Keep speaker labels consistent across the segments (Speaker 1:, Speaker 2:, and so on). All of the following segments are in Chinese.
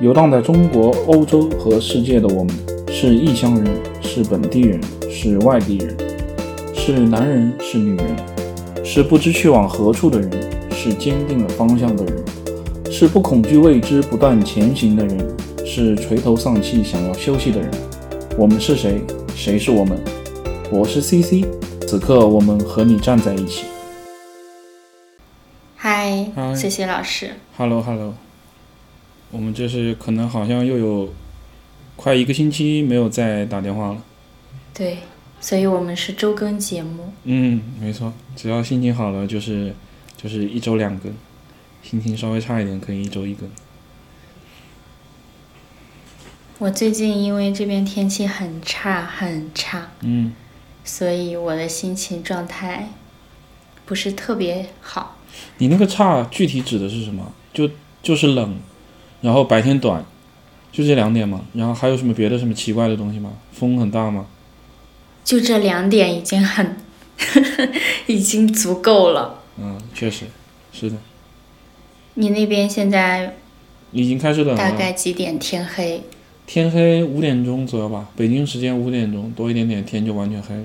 Speaker 1: 游荡在中国、欧洲和世界的我们，是异乡人，是本地人，是外地人，是男人，是女人，是不知去往何处的人，是坚定了方向的人，是不恐惧未知、不断前行的人，是垂头丧气想要休息的人。我们是谁？谁是我们？我是 CC，此刻我们和你站在一起。
Speaker 2: 嗨
Speaker 1: 嗨，
Speaker 2: 谢谢老师。
Speaker 1: Hello Hello，我们这是可能好像又有快一个星期没有再打电话了。
Speaker 2: 对，所以我们是周更节目。
Speaker 1: 嗯，没错，只要心情好了，就是就是一周两更，心情稍微差一点可以一周一更。
Speaker 2: 我最近因为这边天气很差很差，
Speaker 1: 嗯，
Speaker 2: 所以我的心情状态不是特别好。
Speaker 1: 你那个差具体指的是什么？就就是冷，然后白天短，就这两点嘛。然后还有什么别的什么奇怪的东西吗？风很大吗？
Speaker 2: 就这两点已经很， 已经足够了。
Speaker 1: 嗯，确实是的，
Speaker 2: 你那边现在
Speaker 1: 已经开始冷
Speaker 2: 大
Speaker 1: 了。
Speaker 2: 概几点天黑？
Speaker 1: 天黑五点钟左右吧，北京时间五点钟多一点点，天就完全黑了。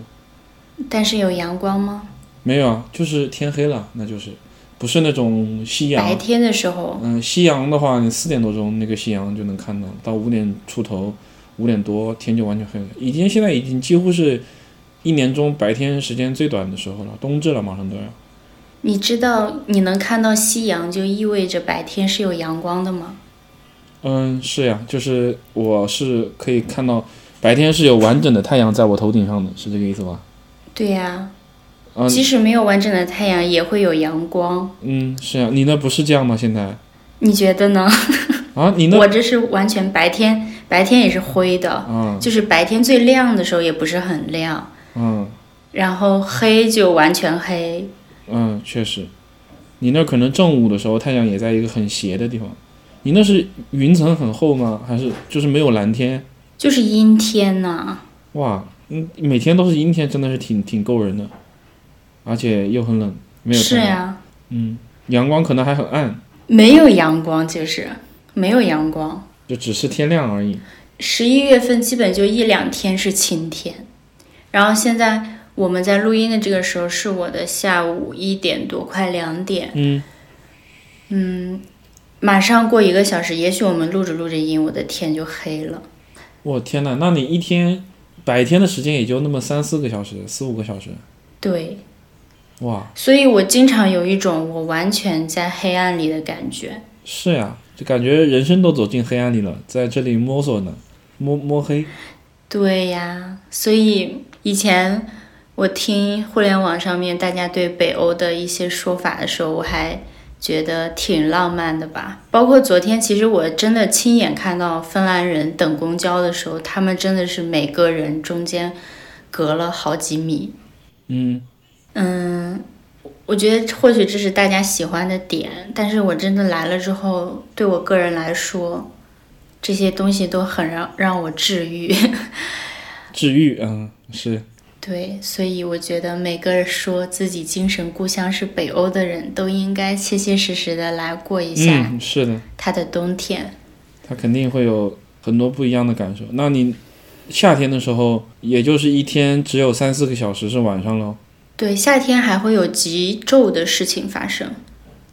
Speaker 2: 但是有阳光吗？
Speaker 1: 没有啊，就是天黑了，那就是不是那种夕阳啊
Speaker 2: 白。天的时候，
Speaker 1: 嗯，夕阳的话，你四点多钟那个夕阳就能看到，到五点出头，五点多天就完全黑了。已经现在已经几乎是一年中白天时间最短的时候了，冬至了马上都要。
Speaker 2: 你知道你能看到夕阳，就意味着白天是有阳光的吗？
Speaker 1: 嗯，是呀，就是我是可以看到白天是有完整的太阳在我头顶上的，是这个意思吧？
Speaker 2: 对呀、
Speaker 1: 嗯
Speaker 2: 即使没有完整的太阳，也会有阳光。
Speaker 1: 嗯，是呀，你那不是这样吗？现在
Speaker 2: 你觉得呢？
Speaker 1: 啊，你那
Speaker 2: 我这是完全白天，白天也是灰的，
Speaker 1: 啊
Speaker 2: 就是白天最亮的时候也不是很亮，
Speaker 1: 嗯
Speaker 2: 然后黑就完全黑。
Speaker 1: 嗯，确实，你那可能正午的时候太阳也在一个很斜的地方。你那是云层很厚吗？还是就是没有蓝天？
Speaker 2: 就是阴天呐、
Speaker 1: 哇，嗯，每天都是阴天，真的是挺挺够人的，而且又很冷，没有
Speaker 2: 是
Speaker 1: 太阳，
Speaker 2: 呀、
Speaker 1: 嗯，阳光可能还很暗，
Speaker 2: 没有阳光，就是没有阳光。
Speaker 1: 就只是天亮而已。
Speaker 2: 十一月份基本就一两天是晴天，然后现在我们在录音的这个时候是我的下午一点多，快两点。
Speaker 1: 嗯，
Speaker 2: 嗯，马上过一个小时，也许我们录着录着音，我的天就黑了。
Speaker 1: 我天呐，那你一天白天的时间也就那么三四个小时，四五个小时，
Speaker 2: 对，
Speaker 1: 哇，
Speaker 2: 所以我经常有一种我完全在黑暗里的感觉。
Speaker 1: 是呀，就感觉人生都走进黑暗里了，在这里摸索呢，摸摸黑。
Speaker 2: 对呀，所以以前我听互联网上面大家对北欧的一些说法的时候，我还觉得挺浪漫的吧。包括昨天，其实我真的亲眼看到芬兰人等公交的时候，他们真的是每个人中间隔了好几米。
Speaker 1: 嗯，
Speaker 2: 嗯，我觉得或许这是大家喜欢的点，但是我真的来了之后，对我个人来说，这些东西都很让让我治愈。
Speaker 1: 治愈，嗯，是，
Speaker 2: 对，所以我觉得每个说自己精神故乡是北欧的人都应该切切实实的来过一下
Speaker 1: 嗯，是的。
Speaker 2: 他的冬天。
Speaker 1: 它肯定会有很多不一样的感受。那你夏天的时候，也就是一天只有三四个小时是晚上喽。
Speaker 2: 对，夏天还会有极昼的事情发生，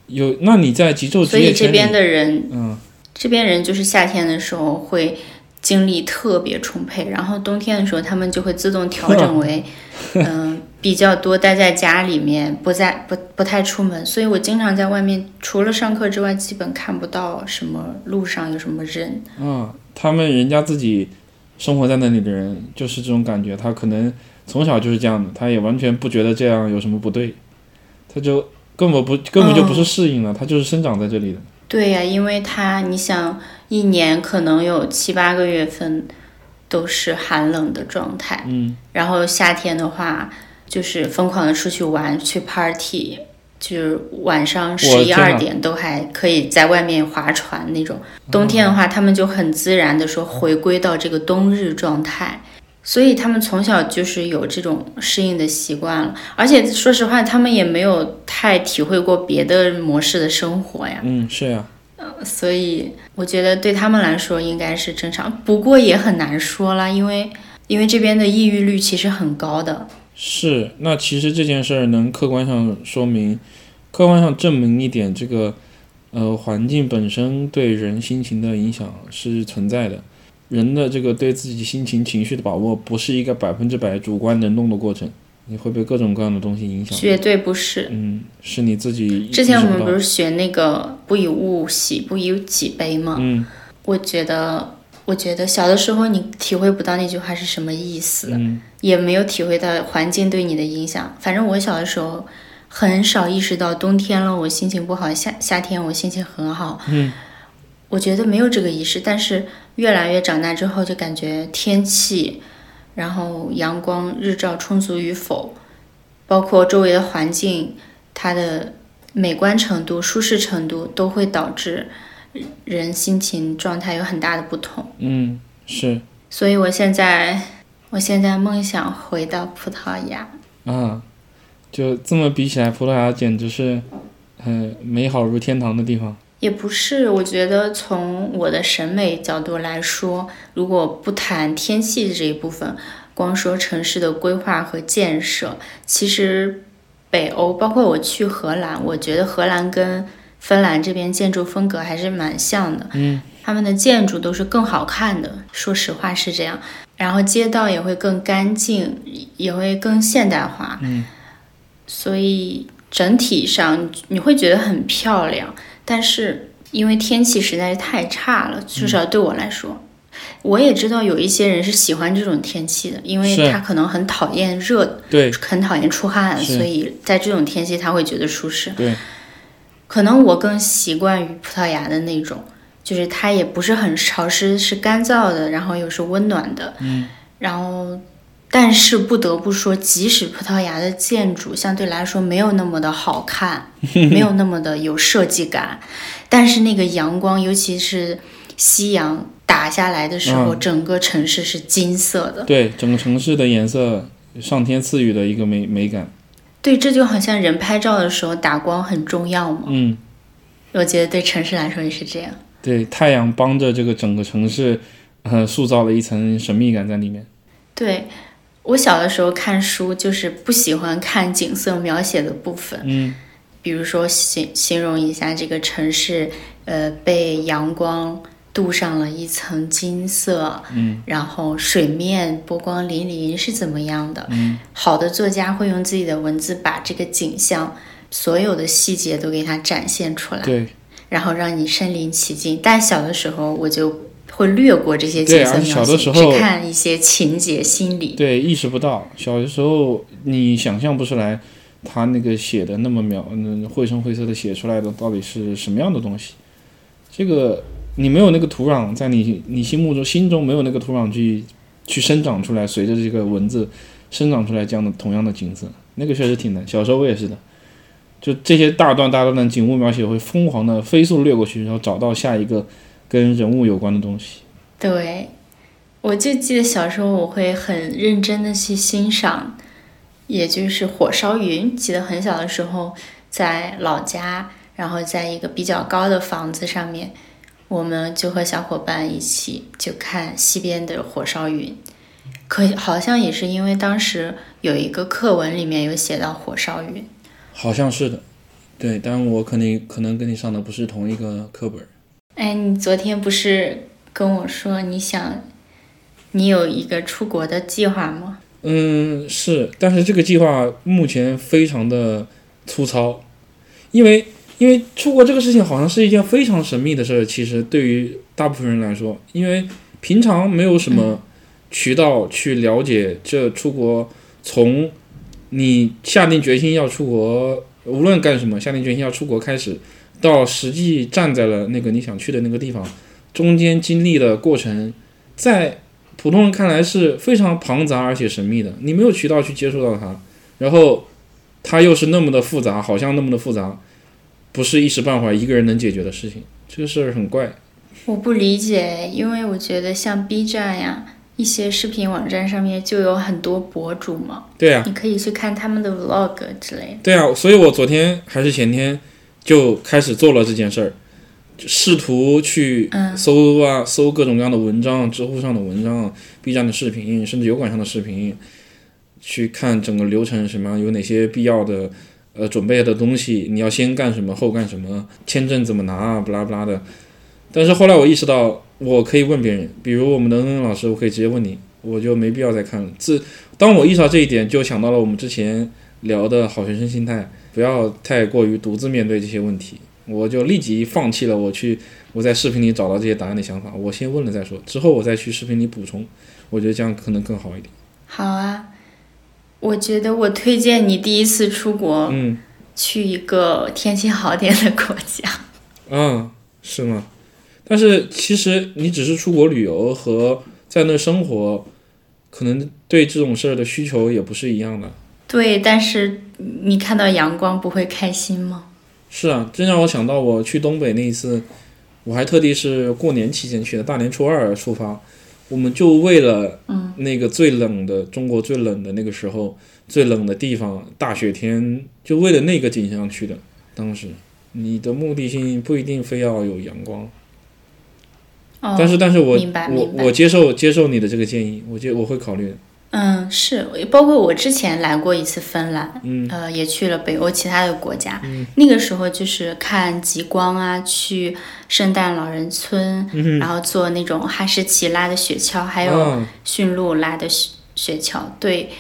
Speaker 1: 有，那你在极昼
Speaker 2: 所
Speaker 1: 极
Speaker 2: 以
Speaker 1: 夜
Speaker 2: 这
Speaker 1: 千
Speaker 2: 边
Speaker 1: 里，
Speaker 2: 的人
Speaker 1: 嗯，
Speaker 2: 这边人就是夏天的时候会精力特别充沛，然后冬天的时候他们就会自动调 整为，嗯、比较多待在家里面，不在不不太出门。所以我经常在外面，除了上课之外，基本看不到什么路上有什么人。
Speaker 1: 啊，他们人家自己生活在那里的人就是这种感觉，他可能从小就是这样的，他也完全不觉得这样有什么不对，他就根本不根本就不是适
Speaker 2: 嗯
Speaker 1: 应了，他就是生长在这里的。
Speaker 2: 对呀、因为他你想一年可能有七八个月份都是寒冷的状态，
Speaker 1: 嗯，
Speaker 2: 然后夏天的话，就是疯狂的出去玩，去 party，就是晚上
Speaker 1: 我
Speaker 2: 十
Speaker 1: 的
Speaker 2: 一
Speaker 1: 天啊
Speaker 2: 二点都还可以在外面划船那种。
Speaker 1: 哦
Speaker 2: 冬天的话，他们就很自然的说回归到这个冬日状态。所以他们从小就是有这种适应的习惯了，而且说实话，他们也没有太体会过别的模式的生活呀。
Speaker 1: 嗯，是呀、
Speaker 2: 所以我觉得对他们来说应该是正常，不过也很难说啦，因为因为这边的抑郁率其实很高的，
Speaker 1: 是，那其实这件事儿能客观上说明，客观上证明一点，这个呃环境本身对人心情的影响是存在的。人的这个对自己心情情绪的把握，不是一个百分之百主观能动的过程，你会被各种各样的东西影响。
Speaker 2: 绝对不是。
Speaker 1: 嗯，是你自己
Speaker 2: 之前
Speaker 1: 意识
Speaker 2: 我们
Speaker 1: 不到
Speaker 2: 不是学那个“不以物喜，不以己悲”吗？
Speaker 1: 嗯
Speaker 2: 我觉得，我觉得小的时候你体会不到那句话是什么意思，
Speaker 1: 嗯
Speaker 2: 也没有体会到环境对你的影响。反正我小的时候很少意识到，冬天了我心情不好，夏夏天我心情很好。
Speaker 1: 嗯，
Speaker 2: 我觉得没有这个意识，但是越来越长大之后，就感觉天气，然后阳光日照充足与否，包括周围的环境，它的美观程度、舒适程度，都会导致人心情状态有很大的不同。
Speaker 1: 嗯，是
Speaker 2: 所以我现在，我现在梦想回到葡萄牙。
Speaker 1: 啊，就这么比起来，葡萄牙简直是，呃，美好如天堂的地方。
Speaker 2: 也不是，我觉得从我的审美角度来说，如果不谈天气这一部分，光说城市的规划和建设，其实北欧，包括我去荷兰，我觉得荷兰跟芬兰这边建筑风格还是蛮像的。
Speaker 1: 嗯，
Speaker 2: 他们的建筑都是更好看的，说实话是这样。然后街道也会更干净，也会更现代化。
Speaker 1: 嗯，
Speaker 2: 所以整体上你会觉得很漂亮。但是因为天气实在是太差了，至少对我来说，我也知道有一些人是喜欢这种天气的，因为
Speaker 1: 是
Speaker 2: 他可能很讨厌热，
Speaker 1: 对
Speaker 2: 很讨厌出汗，
Speaker 1: 是
Speaker 2: 所以在这种天气他会觉得舒适。
Speaker 1: 对，
Speaker 2: 可能我更习惯于葡萄牙的那种，就是它也不是很潮湿，是干燥的，然后又是温暖的。
Speaker 1: 嗯，
Speaker 2: 然后，但是不得不说，即使葡萄牙的建筑相对来说没有那么的好 看，没有那么的有设计感，但是那个阳光，尤其是夕阳打下来的时候，
Speaker 1: 嗯
Speaker 2: 整个城市是金色的。
Speaker 1: 对，整个城市的颜色，上天赐予的一个美美感。
Speaker 2: 对，这就好像人拍照的时候打光很重要嘛。
Speaker 1: 嗯。
Speaker 2: 我觉得对城市来说也是这样。
Speaker 1: 对，太阳帮着这个整个城市，呃，塑造了一层神秘感在里面。
Speaker 2: 对我小的时候看书，就是不喜欢看景色描写的部分，
Speaker 1: 嗯
Speaker 2: 比如说形形容一下这个城市，呃，被阳光镀上了一层金色，
Speaker 1: 嗯，
Speaker 2: 然后水面波光粼粼是怎么样的？
Speaker 1: 嗯，
Speaker 2: 好的作家会用自己的文字把这个景象所有的细节都给它展现出来，
Speaker 1: 对
Speaker 2: 然后让你身临其境。但小的时候我就会略过这些景
Speaker 1: 对
Speaker 2: 色
Speaker 1: 而
Speaker 2: 描
Speaker 1: 且
Speaker 2: 写，
Speaker 1: 小的时候
Speaker 2: 只看一些情节心理。
Speaker 1: 对，意识不到，小的时候你想象不出来，他那个写的那么描，嗯，绘声绘色的写出来的到底是什么样的东西。这个你没有那个土壤，在你你心目中心中没有那个土壤去去生长出来，随着这个文字生长出来这样的同样的景色，那个确实挺难。小时候我也是的，就这些大段大段的景物描写会疯狂的飞速掠过去，然后找到下一个跟人物有关的东西。
Speaker 2: 对，我就记得小时候我会很认真的去欣赏，也就是火烧云。记得很小的时候在老家，然后在一个比较高的房子上面，我们就和小伙伴一起就看西边的火烧云。可好像也是因为当时有一个课文里面有写到火烧云，
Speaker 1: 好像是的，对，但我可能可能跟你上的不是同一个课本。
Speaker 2: 哎，你昨天不是跟我说你想，你有一个出国的计划吗？
Speaker 1: 嗯，是，但是这个计划目前非常的粗糙，因为因为出国这个事情好像是一件非常神秘的事儿，其实对于大部分人来说，因为平常没有什么渠道去了解这出国，从你下定决心要出国，无论干什么，下定决心要出国开始，到实际站在了那个你想去的那个地方，中间经历的过程，在普通人看来是非常庞杂而且神秘的，你没有渠道去接触到它，然后它又是那么的复杂，好像那么的复杂，不是一时半会儿一个人能解决的事情，这个事儿很怪。
Speaker 2: 我不理解，因为我觉得像 B 站呀，一些视频网站上面就有很多博主嘛，
Speaker 1: 对啊，
Speaker 2: 你可以去看他们的 vlog 之类的。
Speaker 1: 对啊，所以我昨天还是前天就开始做了这件事儿，试图去搜啊、搜各种各样的文章，知乎上的文章、B 站的视频，甚至油管上的视频，去看整个流程什么有哪些必要的呃准备的东西，你要先干什么，后干什么，签证怎么拿，啊不拉不拉的。但是后来我意识到，我可以问别人，比如我们的恩恩老师，我可以直接问你，我就没必要再看了。自当我意识到这一点，就想到了我们之前聊的好学生心态，不要太过于独自面对这些问题。我就立即放弃了我去我在视频里找到这些答案的想法，我先问了再说，之后我再去视频里补充，我觉得这样可能更好一点。
Speaker 2: 好啊，我觉得我推荐你第一次出国
Speaker 1: 嗯，
Speaker 2: 去一个天气好点的国家。
Speaker 1: 啊，是吗？但是其实你只是出国旅游和在那生活，可能对这种事儿的需求也不是一样的。
Speaker 2: 对，但是你看到阳光不会开心吗？
Speaker 1: 是啊，真让我想到我去东北那一次，我还特地是过年期间去的，大年初二出发，我们就为了
Speaker 2: 嗯
Speaker 1: 那个最冷的、中国最冷的那个时候最冷的地方，大雪天，就为了那个景象去的。当时你的目的性不一定非要有阳光，
Speaker 2: 哦，
Speaker 1: 但是但是我
Speaker 2: 明白
Speaker 1: 我
Speaker 2: 明白
Speaker 1: 我接受接受你的这个建议，我接我会考虑的。
Speaker 2: 嗯，是，包括我之前来过一次芬兰，
Speaker 1: 嗯
Speaker 2: 呃，也去了北欧其他的国家。那个时候就是看极光啊，去圣诞老人村，然后坐那种哈士奇拉的雪橇，还有
Speaker 1: 啊
Speaker 2: 驯鹿拉的雪雪橇。对，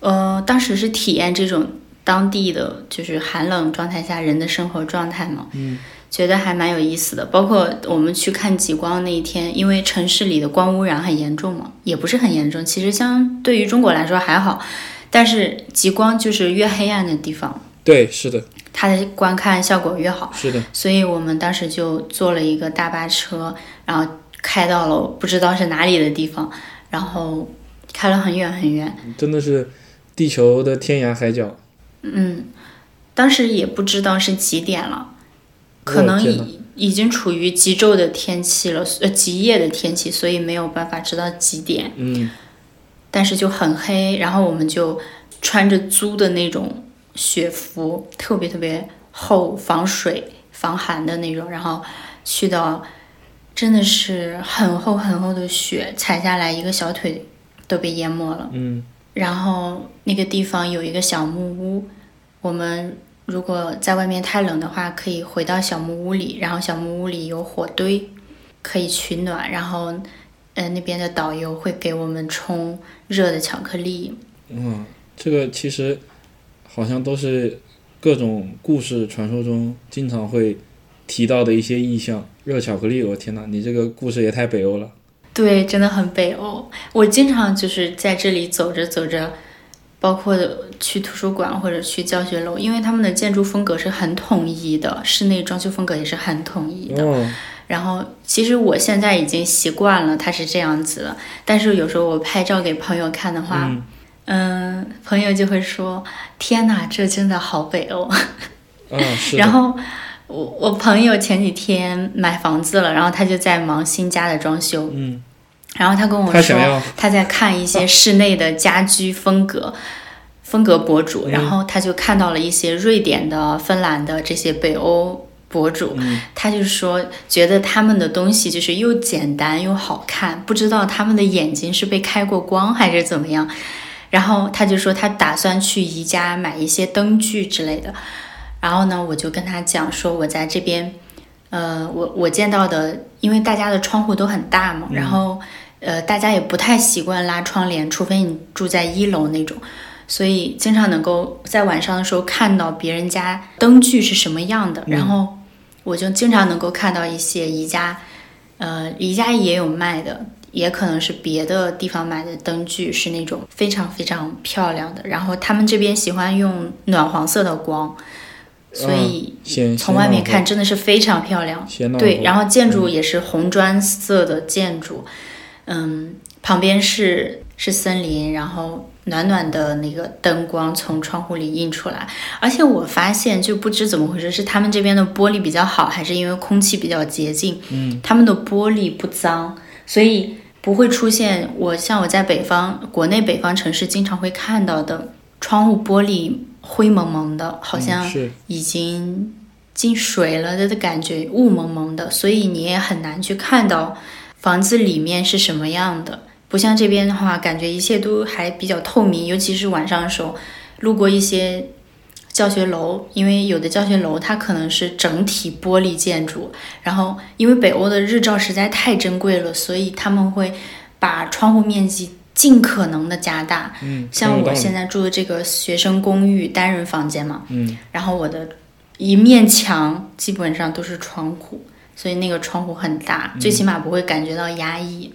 Speaker 2: 呃，当时是体验这种当地的就是寒冷状态下人的生活状态嘛，嗯，觉得还蛮有意思的。包括我们去看极光那一天，因为城市里的光污染很严重嘛，也不是很严重，其实相对于中国来说还好，但是极光就是越黑暗的地方，
Speaker 1: 对，是的，
Speaker 2: 它的观看效果越好。
Speaker 1: 是的，
Speaker 2: 所以我们当时就坐了一个大巴车，然后开到了不知道是哪里的地方，然后开了很远很远。
Speaker 1: 真的是地球的天涯海角。
Speaker 2: 嗯，当时也不知道是几点了，可
Speaker 1: 我
Speaker 2: 能
Speaker 1: 哦的天哪
Speaker 2: 已已经处于极昼的天气了，呃，极夜的天气，所以没有办法知道几点，
Speaker 1: 嗯，
Speaker 2: 但是就很黑。然后我们就穿着租的那种雪服，特别特别厚，防水、防寒的那种，然后去到真的是很厚很厚的雪，踩下来一个小腿都被淹没了。
Speaker 1: 嗯，
Speaker 2: 然后那个地方有一个小木屋，我们如果在外面太冷的话，可以回到小木屋里，然后小木屋里有火堆，可以取暖。然后，呃，那边的导游会给我们冲热的巧克力。
Speaker 1: 嗯，这个其实好像都是各种故事传说中经常会提到的一些意象。热巧克力，我天哪，你这个故事也太北欧了。
Speaker 2: 对，真的很北欧。我经常就是在这里走着走着，包括去图书馆或者去教学楼，因为他们的建筑风格是很统一的，室内装修风格也是很统一的。
Speaker 1: 哦，
Speaker 2: 然后其实我现在已经习惯了它是这样子了，但是有时候我拍照给朋友看的话，
Speaker 1: 嗯
Speaker 2: 嗯、朋友就会说：“天哪，这真的好北欧。
Speaker 1: 啊，”是
Speaker 2: 然
Speaker 1: 的，
Speaker 2: 后我我朋友前几天买房子了，然后他就在忙新家的装修，
Speaker 1: 嗯，
Speaker 2: 然后他跟我
Speaker 1: 他想
Speaker 2: 说
Speaker 1: 要
Speaker 2: 他在看一些室内的家居风格。风格博
Speaker 1: 嗯
Speaker 2: 主，然后他就看到了一些瑞典的、芬兰的这些北欧博主，
Speaker 1: 嗯
Speaker 2: 他就说觉得他们的东西就是又简单又好看，不知道他们的眼睛是被开过光还是怎么样。然后他就说他打算去宜家买一些灯具之类的。然后呢，我就跟他讲说我在这边，呃，我我见到的，因为大家的窗户都很大嘛，然后呃，大家也不太习惯拉窗帘，除非你住在一楼那种。所以经常能够在晚上的时候看到别人家灯具是什么样的，然后我就经常能够看到一些宜家，呃，宜家也有卖的，也可能是别的地方买的灯具是那种非常非常漂亮的，然后他们这边喜欢用暖黄色的光，所以
Speaker 1: 先
Speaker 2: 从外面看，真的是非常漂亮。
Speaker 1: 先嗯闹
Speaker 2: 对，然
Speaker 1: 后
Speaker 2: 后建筑也是红砖色的建筑，嗯，旁边是是森林，然后暖暖的那个灯光从窗户里映出来。而且我发现，就不知怎么回事，是他们这边的玻璃比较好，还是因为空气比较洁净？嗯，他们的玻璃不脏，所以不会出现我像我在北方国内北方城市经常会看到的窗户玻璃灰蒙蒙的，好像
Speaker 1: 嗯是
Speaker 2: 已经进水了的感觉，雾蒙蒙的，所以你也很难去看到房子里面是什么样的。不像这边的话，感觉一切都还比较透明，尤其是晚上的时候，路过一些教学楼，因为有的教学楼它可能是整体玻璃建筑，然后因为北欧的日照实在太珍贵了，所以他们会把窗户面积尽可能的加大。
Speaker 1: 嗯，
Speaker 2: 像我现
Speaker 1: 在，
Speaker 2: 在住的这个学生公寓单人房间嘛，
Speaker 1: 嗯，
Speaker 2: 然后我的一面墙基本上都是窗户，所以那个窗户很大，最起码不会感觉到压抑。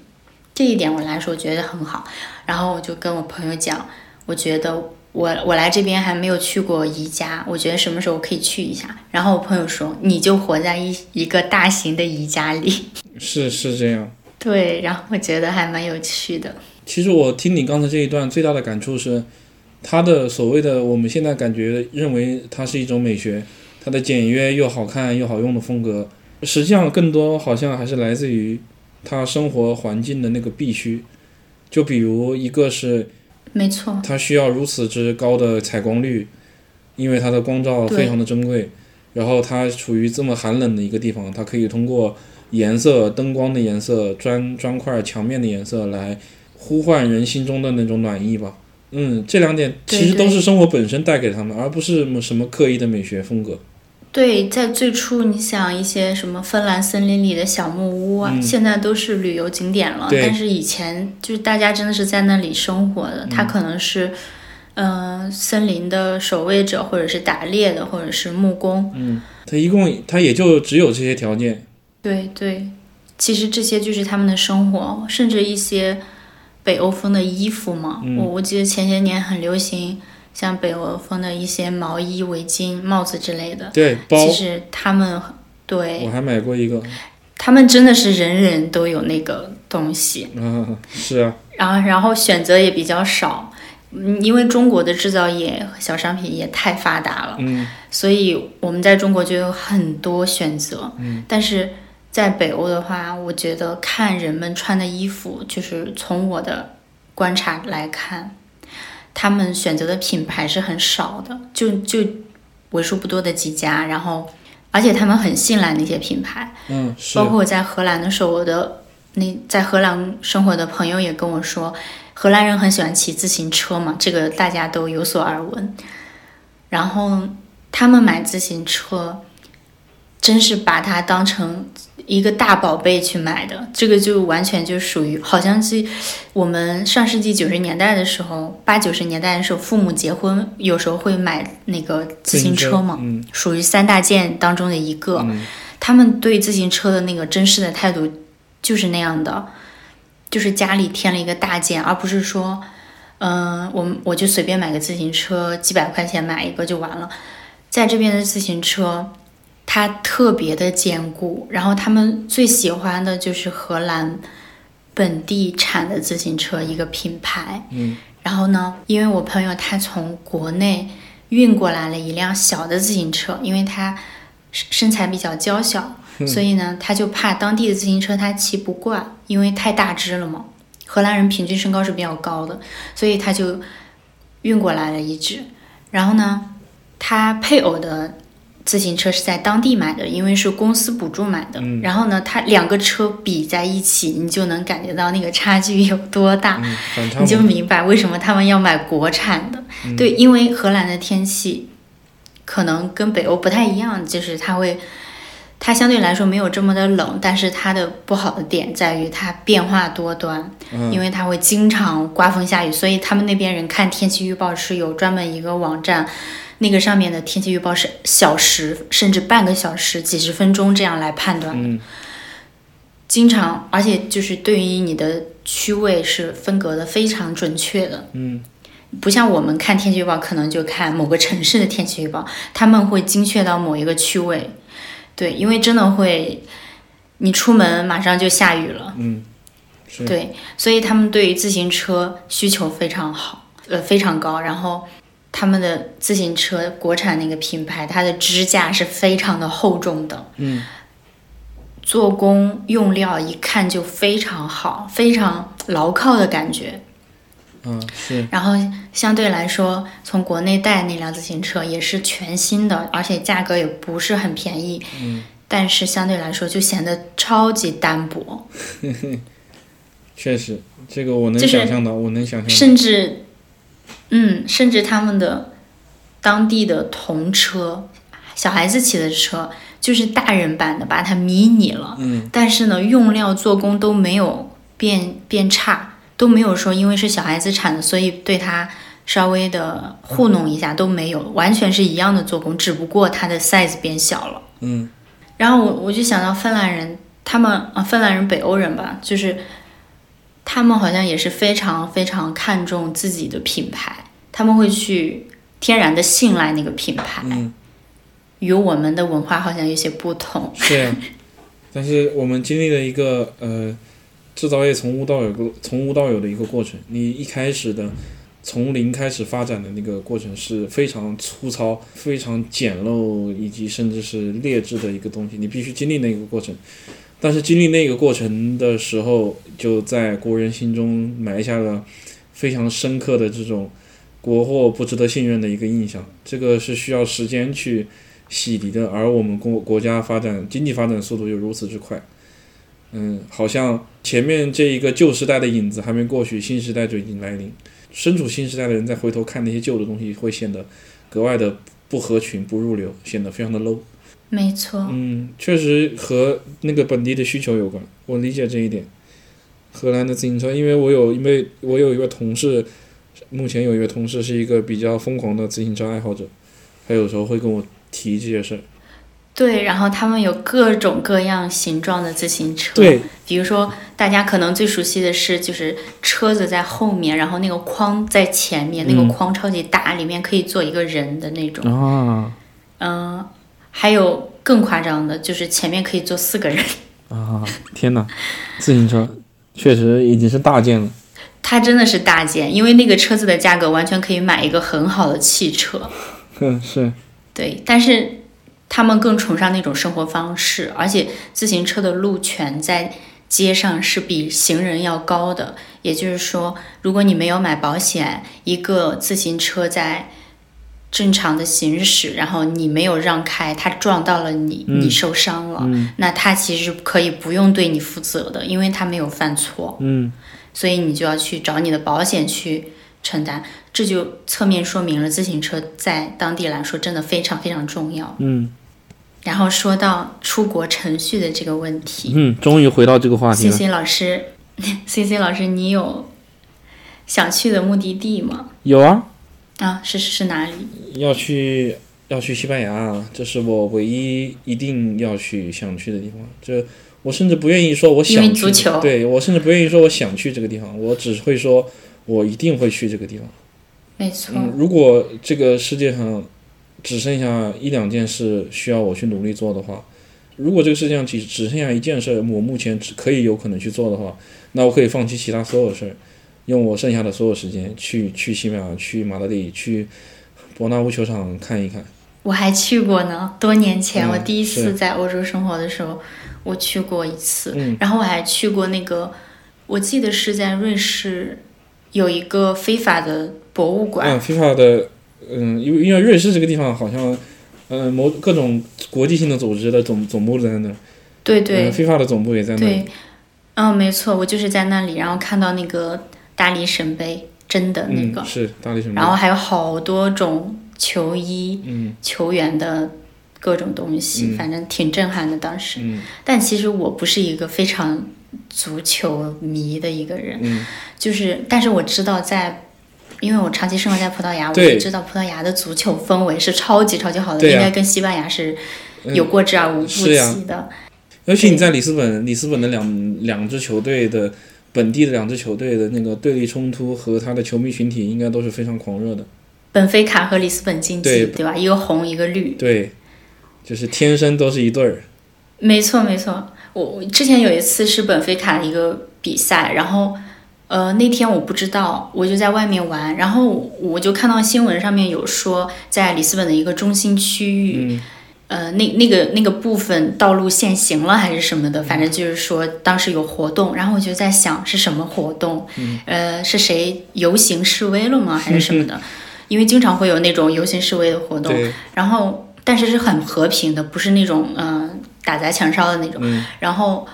Speaker 2: 这一点我来说觉得很好。然后我就跟我朋友讲，我觉得我我来这边还没有去过宜家，我觉得什么时候可以去一下。然后我朋友说，你就活在一一个大型的宜家里。
Speaker 1: 是是这样。
Speaker 2: 对，然后我觉得还蛮有趣的。
Speaker 1: 其实我听你刚才这一段最大的感触是，它的所谓的我们现在感觉认为它是一种美学，它的简约又好看又好用的风格，实际上更多好像还是来自于它生活环境的那个必须。就比如一个是
Speaker 2: 没错，
Speaker 1: 它需要如此之高的采光率，因为它的光照非常的珍贵。然后它处于这么寒冷的一个地方，它可以通过颜色、灯光的颜色、砖砖块、墙面的颜色来呼唤人心中的那种暖意吧。嗯，这两点
Speaker 2: 对
Speaker 1: 其实都
Speaker 2: 对
Speaker 1: 是生活本身带给他们，而不是什么刻意的美学风格。
Speaker 2: 对，在最初你想一些什么芬兰森林里的小木屋啊，
Speaker 1: 嗯
Speaker 2: 现在都是旅游景点了。
Speaker 1: 对
Speaker 2: 但是以前就是大家真的是在那里生活的，
Speaker 1: 嗯
Speaker 2: 他可能是，呃，森林的守卫者，或者是打猎的，或者是木工。
Speaker 1: 它一共它也就只有这些条件。
Speaker 2: 对对，其实这些就是他们的生活，甚至一些北欧风的衣服嘛。
Speaker 1: 嗯
Speaker 2: 我我记得前些年很流行像北欧风的一些毛衣、围巾、帽子之类的。
Speaker 1: 对，包
Speaker 2: 其实他们对
Speaker 1: 我还买过一个
Speaker 2: 他们真的是人人都有那个东西，
Speaker 1: 啊，是啊，
Speaker 2: 然后然后选择也比较少，嗯，因为中国的制造业小商品也太发达了，
Speaker 1: 嗯，
Speaker 2: 所以我们在中国就有很多选择，嗯，但是在北欧的话，我觉得看人们穿的衣服，就是从我的观察来看，他们选择的品牌是很少的，就就为数不多的几家，然后而且他们很信赖那些品牌。
Speaker 1: 嗯是
Speaker 2: 包括我在荷兰的时候，我的那在荷兰生活的朋友也跟我说，荷兰人很喜欢骑自行车嘛，这个大家都有所耳闻。然后他们买自行车，真是把它当成一个大宝贝去买的，这个就完全就属于好像是我们上世纪九十年代的时候，八九十年代的时候，父母结婚有时候会买那个自行车嘛，
Speaker 1: 嗯
Speaker 2: 属于三大件当中的一个。
Speaker 1: 嗯
Speaker 2: 他们对自行车的那个珍视的态度就是那样的，就是家里添了一个大件，而不是说，嗯、我我就随便买个自行车，几百块钱买一个就完了。在这边的自行车，它特别的坚固，然后他们最喜欢的就是荷兰本地产的自行车一个品牌。
Speaker 1: 嗯，
Speaker 2: 然后呢，因为我朋友他从国内运过来了一辆小的自行车，因为他身身材比较娇小，所以呢，他就怕当地的自行车他骑不惯，因为太大只了嘛。荷兰人平均身高是比较高的，所以他就运过来了一只。然后呢，他配偶的自行车是在当地买的，因为是公司补助买的。然后呢，他两个车比在一起，你就能感觉到那个差距有多大。
Speaker 1: 嗯，反 差
Speaker 2: 你就
Speaker 1: 萌
Speaker 2: 明白为什么他们要买国产的。
Speaker 1: 嗯
Speaker 2: 对，因为荷兰的天气可能跟北欧不太一样，就是它会，它相对来说没有这么的冷，但是它的不好的点在于它变化多端，
Speaker 1: 嗯
Speaker 2: 因为它会经常刮风下雨，所以他们那边人看天气预报是有专门一个网站。那个上面的天气预报是小时甚至半个小时、几十分钟这样来判断的
Speaker 1: 嗯
Speaker 2: 经常，而且就是对于你的区位是分隔的非常准确的，
Speaker 1: 嗯
Speaker 2: 不像我们看天气预报可能就看某个城市的天气预报，他们会精确到某一个区位。对，因为真的会，你出门马上就下雨了，
Speaker 1: 嗯是
Speaker 2: 对，所以他们对于自行车需求非常好，呃，非常高。然后他们的自行车国产那个品牌，它的支架是非常的厚重的，
Speaker 1: 嗯，
Speaker 2: 做工用料一看就非常好，非常牢靠的感觉。
Speaker 1: 嗯，是，
Speaker 2: 然后相对来说，从国内带那辆自行车也是全新的，而且价格也不是很便宜，
Speaker 1: 嗯，
Speaker 2: 但是相对来说就显得超级单薄，
Speaker 1: 确实，这个我能
Speaker 2: 就是
Speaker 1: 想象到，我能想象
Speaker 2: 甚至，嗯，甚至他们的当地的童车，小孩子骑的车就是大人版的，把它迷你了
Speaker 1: 到，，嗯
Speaker 2: 但是呢，用料做工都没有变变差，都没有说因为是小孩子产的，所以对它稍微的糊弄一下都没有，完全是一样的做工，只不过它的 size 变小了。
Speaker 1: 嗯
Speaker 2: 然后我我就想到芬兰人，他们啊，芬兰人北欧人吧，就是他们好像也是非常非常看重自己的品牌，他们会去天然的信赖那个品牌，
Speaker 1: 嗯，
Speaker 2: 与我们的文化好像有些不同。
Speaker 1: 是呀、但是我们经历了一个呃，制造业从无到有个从无到有的一个过程。你一开始的从零开始发展的那个过程是非常粗糙、非常简陋以及甚至是劣质的一个东西，你必须经历那个过程。但是经历那个过程的时候，就在国人心中埋下了非常深刻的这种国货不值得信任的一个印象。这个是需要时间去洗涤的，而我们国国家发展经济发展速度又如此之快，嗯，好像前面这一个旧时代的影子还没过去，新时代就已经来临。身处新时代的人再回头看那些旧的东西，会显得格外的不合群、不入流，显得非常的 low。
Speaker 2: 没错，
Speaker 1: 嗯，确实和那个本地的需求有关，我理解这一点。荷兰的自行车，因为我有，因为我有一位同事，目前有一位同事是一个比较疯狂的自行车爱好者，他有时候会跟我提这些事儿。
Speaker 2: 对，然后他们有各种各样形状的自行车，，
Speaker 1: 对，
Speaker 2: 比如说大家可能最熟悉的是，就是车子在后面，然后那个框在前面，那
Speaker 1: 嗯
Speaker 2: 个框超级大，里面可以坐一个人的那种。
Speaker 1: 啊
Speaker 2: 嗯，还有更夸张的，就是前面可以坐四个人。
Speaker 1: 啊！天哪，自行车确实已经是大件了。
Speaker 2: 它真的是大件，因为那个车子的价格完全可以买一个很好的汽车。
Speaker 1: 哼，是，
Speaker 2: 对，但是他们更崇尚那种生活方式，而且自行车的路权在街上是比行人要高的。也就是说，如果你没有买保险，一个自行车在正常的行驶，然后你没有让开，它撞到了你，
Speaker 1: 嗯
Speaker 2: 你受伤了，
Speaker 1: 嗯
Speaker 2: 那它其实可以不用对你负责的，因为它没有犯错。
Speaker 1: 嗯
Speaker 2: 所以你就要去找你的保险去承担。这就侧面说明了自行车在当地来说真的非常非常重要。
Speaker 1: 嗯
Speaker 2: 然后说到出国程序的这个问题
Speaker 1: 嗯，终于回到这个话
Speaker 2: ，C C 老师，C C 老师，你有想去的目的地吗？
Speaker 1: 有啊，
Speaker 2: 啊，是是是哪里？
Speaker 1: 要去要去西班牙，啊这是我唯一一定要去想去的地方。这我甚至不愿意说我想
Speaker 2: 因为
Speaker 1: 去，
Speaker 2: 足球
Speaker 1: 对我甚至不愿意说我想去这个地方，我只会说我一定会去这个地方。
Speaker 2: 没错，
Speaker 1: 嗯，如果这个世界上只剩下一两件事需要我去努力做的话，如果这个世界上只只剩下一件事我目前只可以有可能去做的话，那我可以放弃其他所有事儿，用我剩下的所有时间去去西班牙、去马德里、去伯纳乌球场看一看。
Speaker 2: 我还去过呢。多年前，
Speaker 1: 嗯
Speaker 2: 我第一次
Speaker 1: 是
Speaker 2: 在欧洲生活的时候，我去过一次。
Speaker 1: 嗯
Speaker 2: 然后我还去过那个，我记得是在瑞士，有一个非法的博物馆。
Speaker 1: 嗯，FIFA 的，嗯，因为因为瑞士这个地方好像，嗯，某各种国际性的组织的总总部在那儿，
Speaker 2: 对对、
Speaker 1: 嗯，FIFA 的总部也在那儿
Speaker 2: 对，，嗯，没错，我就是在那里，然后看到那个大力神杯，真的那
Speaker 1: 嗯，
Speaker 2: 个，
Speaker 1: 是大力神杯
Speaker 2: 然，后还有好多种球衣、
Speaker 1: 嗯
Speaker 2: 球员的各种东西，
Speaker 1: 嗯
Speaker 2: 反正挺震撼的当时。
Speaker 1: 嗯
Speaker 2: 但其实我不是一个非常足球迷的一个人，
Speaker 1: 嗯，
Speaker 2: 就是，但是我知道在。因为我长期生活在葡萄牙，我
Speaker 1: 对
Speaker 2: 就知道葡萄牙的足球氛围是超级超级好的，
Speaker 1: 对
Speaker 2: 应
Speaker 1: 呀
Speaker 2: 该跟西班牙是
Speaker 1: 嗯
Speaker 2: 有过之而无不
Speaker 1: 是呀
Speaker 2: 及的。
Speaker 1: 尤其你在里斯本，里斯本的两两支球队的本地的两支球队的那个对立冲突和他的球迷群体应该都是非常狂热的，
Speaker 2: 本菲卡和里斯本竞技，
Speaker 1: 对
Speaker 2: 对吧？一个红，一个绿。
Speaker 1: 对，就是天生都是一对儿，
Speaker 2: 没错，没错。我我之前有一次是本菲卡的一个比赛，然后呃那天我不知道，我就在外面玩，然后我就看到新闻上面有说，在里斯本的一个中心区域，
Speaker 1: 嗯
Speaker 2: 呃，那那个那个部分道路限行了还是什么的，反正就是说当时有活动，然后我就在想是什么活动，呃，是谁游行示威了吗，还是什么的？因为经常会有那种游行示威的活动，
Speaker 1: 对，
Speaker 2: 然后但是是很和平的，不是那种嗯、呃打砸抢烧的那种。
Speaker 1: 嗯
Speaker 2: 然后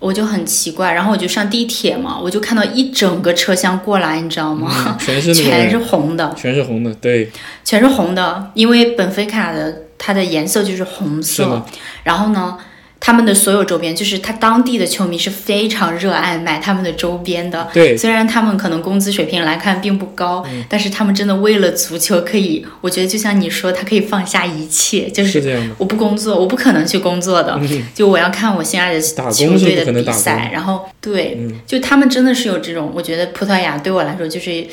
Speaker 2: 我就很奇怪，然后我就上地铁嘛，我就看到一整个车厢过来，你知道吗？
Speaker 1: 嗯全是那 个
Speaker 2: 全
Speaker 1: 人
Speaker 2: 是红的，
Speaker 1: 全是红的，对，
Speaker 2: 全是红的，因为本菲卡的它的颜色就是红
Speaker 1: 是
Speaker 2: 色
Speaker 1: 吗。
Speaker 2: 然后呢，他们的所有周边，就是他当地的球迷是非常热爱买他们的周边的。
Speaker 1: 对嗯
Speaker 2: 虽然他们可能工资水平来看并不高，但是他们真的为了足球可以，我觉得就像你说，他可以放下一切，就是
Speaker 1: 这样的。
Speaker 2: 我不工作，我不可能去工作的，就我要看我心爱的
Speaker 1: 嗯打工
Speaker 2: 球
Speaker 1: 是
Speaker 2: 队
Speaker 1: 不可
Speaker 2: 的
Speaker 1: 能
Speaker 2: 比
Speaker 1: 打
Speaker 2: 赛
Speaker 1: 工，嗯
Speaker 2: 然后对，就他们真的是有这种，我觉得葡萄牙对我来说就是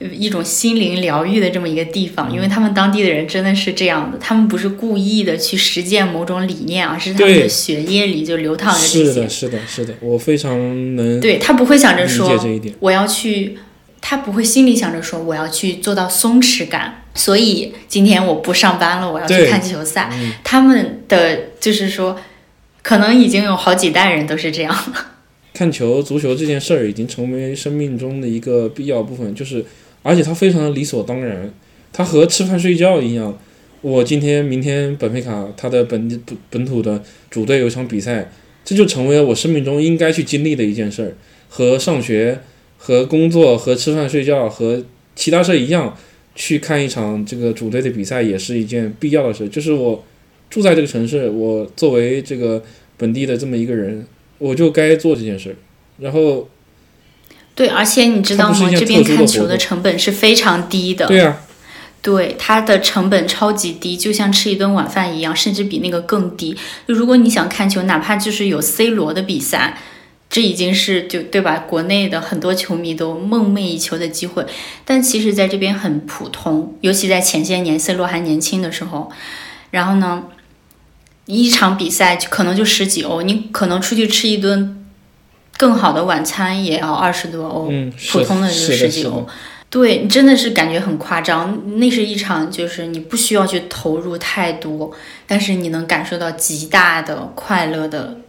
Speaker 2: 一种心灵疗愈的这么一个地
Speaker 1: 嗯
Speaker 2: 方，因为他们当地的人真的是这样的，他们不是故意的去实践某种理念，而是他们
Speaker 1: 对
Speaker 2: 的血液里就流淌着这些
Speaker 1: 是的，，是的，是的，我非常能
Speaker 2: 对他不会想着
Speaker 1: 理解
Speaker 2: 说
Speaker 1: 这一点。
Speaker 2: 我要去，他不会心里想着说我要去做到松弛感，所以今天我不上班了，我要去
Speaker 1: 对
Speaker 2: 看球赛。
Speaker 1: 嗯
Speaker 2: 他们的就是说，可能已经有好几代人都是这样了。
Speaker 1: 看球、足球这件事儿已经成为生命中的一个必要部分，就是而且它非常的理所当然，它和吃饭睡觉一样。我今天、明天本菲卡他的本本本土的主队有一场比赛，这就成为了我生命中应该去经历的一件事儿，和上学、和工作、和吃饭睡觉、和其他事儿一样，去看一场这个主队的比赛也是一件必要的事。就是我住在这个城市，我作为这个本地的这么一个人，我就该做这件事儿。然后，
Speaker 2: 对，而且你知道
Speaker 1: 它不
Speaker 2: 吗
Speaker 1: 是一？件
Speaker 2: 这边看
Speaker 1: 特殊的活
Speaker 2: 球的
Speaker 1: 动
Speaker 2: 成本是非常低的，
Speaker 1: 对啊，
Speaker 2: 对它的成本超级低，就像吃一顿晚饭一样，甚至比那个更低。就如果你想看球，哪怕就是有 C 罗的比赛，这已经是就对吧？国内的很多球迷都梦寐以求的机会，但其实在这边很普通，尤其在前些年 C 罗还年轻的时候，然后呢，一场比赛就可能就十几欧，你可能出去吃一顿。更好的晚餐也要二十多欧，
Speaker 1: 嗯，是
Speaker 2: 普通的就是十
Speaker 1: 的，
Speaker 2: 几
Speaker 1: 是
Speaker 2: 欧
Speaker 1: 的，，
Speaker 2: 对你真的是感觉很夸张，那是一场就是你不需要去投入太多，但是你能感受到极大的快乐的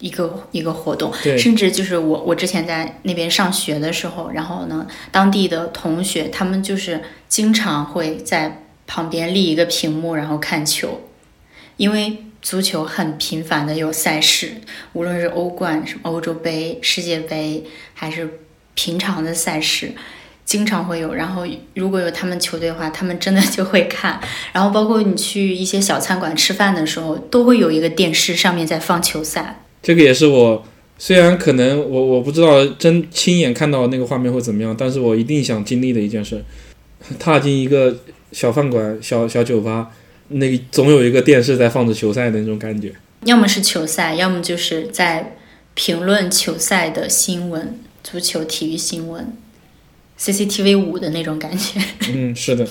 Speaker 2: 一个一个活动，
Speaker 1: 对
Speaker 2: 甚至就是我我之前在那边上学的时候，然后呢，当地的同学他们就是经常会在旁边立一个屏幕，然后看球，因为足球很频繁的有赛事，无论是欧冠、什么欧洲杯、世界杯，还是平常的赛事，经常会有。然后如果有他们球队的话，他们真的就会看。 然后包括你去一些小餐馆吃饭的时候，都会有一个电视上面在放球赛。
Speaker 1: 这个也是我。虽然可能我我不知道真亲眼看到那个画面会怎么样，但是我一定想经历的一件事， 踏进一个小饭馆、小小酒吧，那个总有一个电视在放着球赛的那种感觉。
Speaker 2: 要么是球赛，要么就是在评论球赛的新闻，足球体育新闻，CCTV 五的那种感觉。
Speaker 1: 嗯，是的，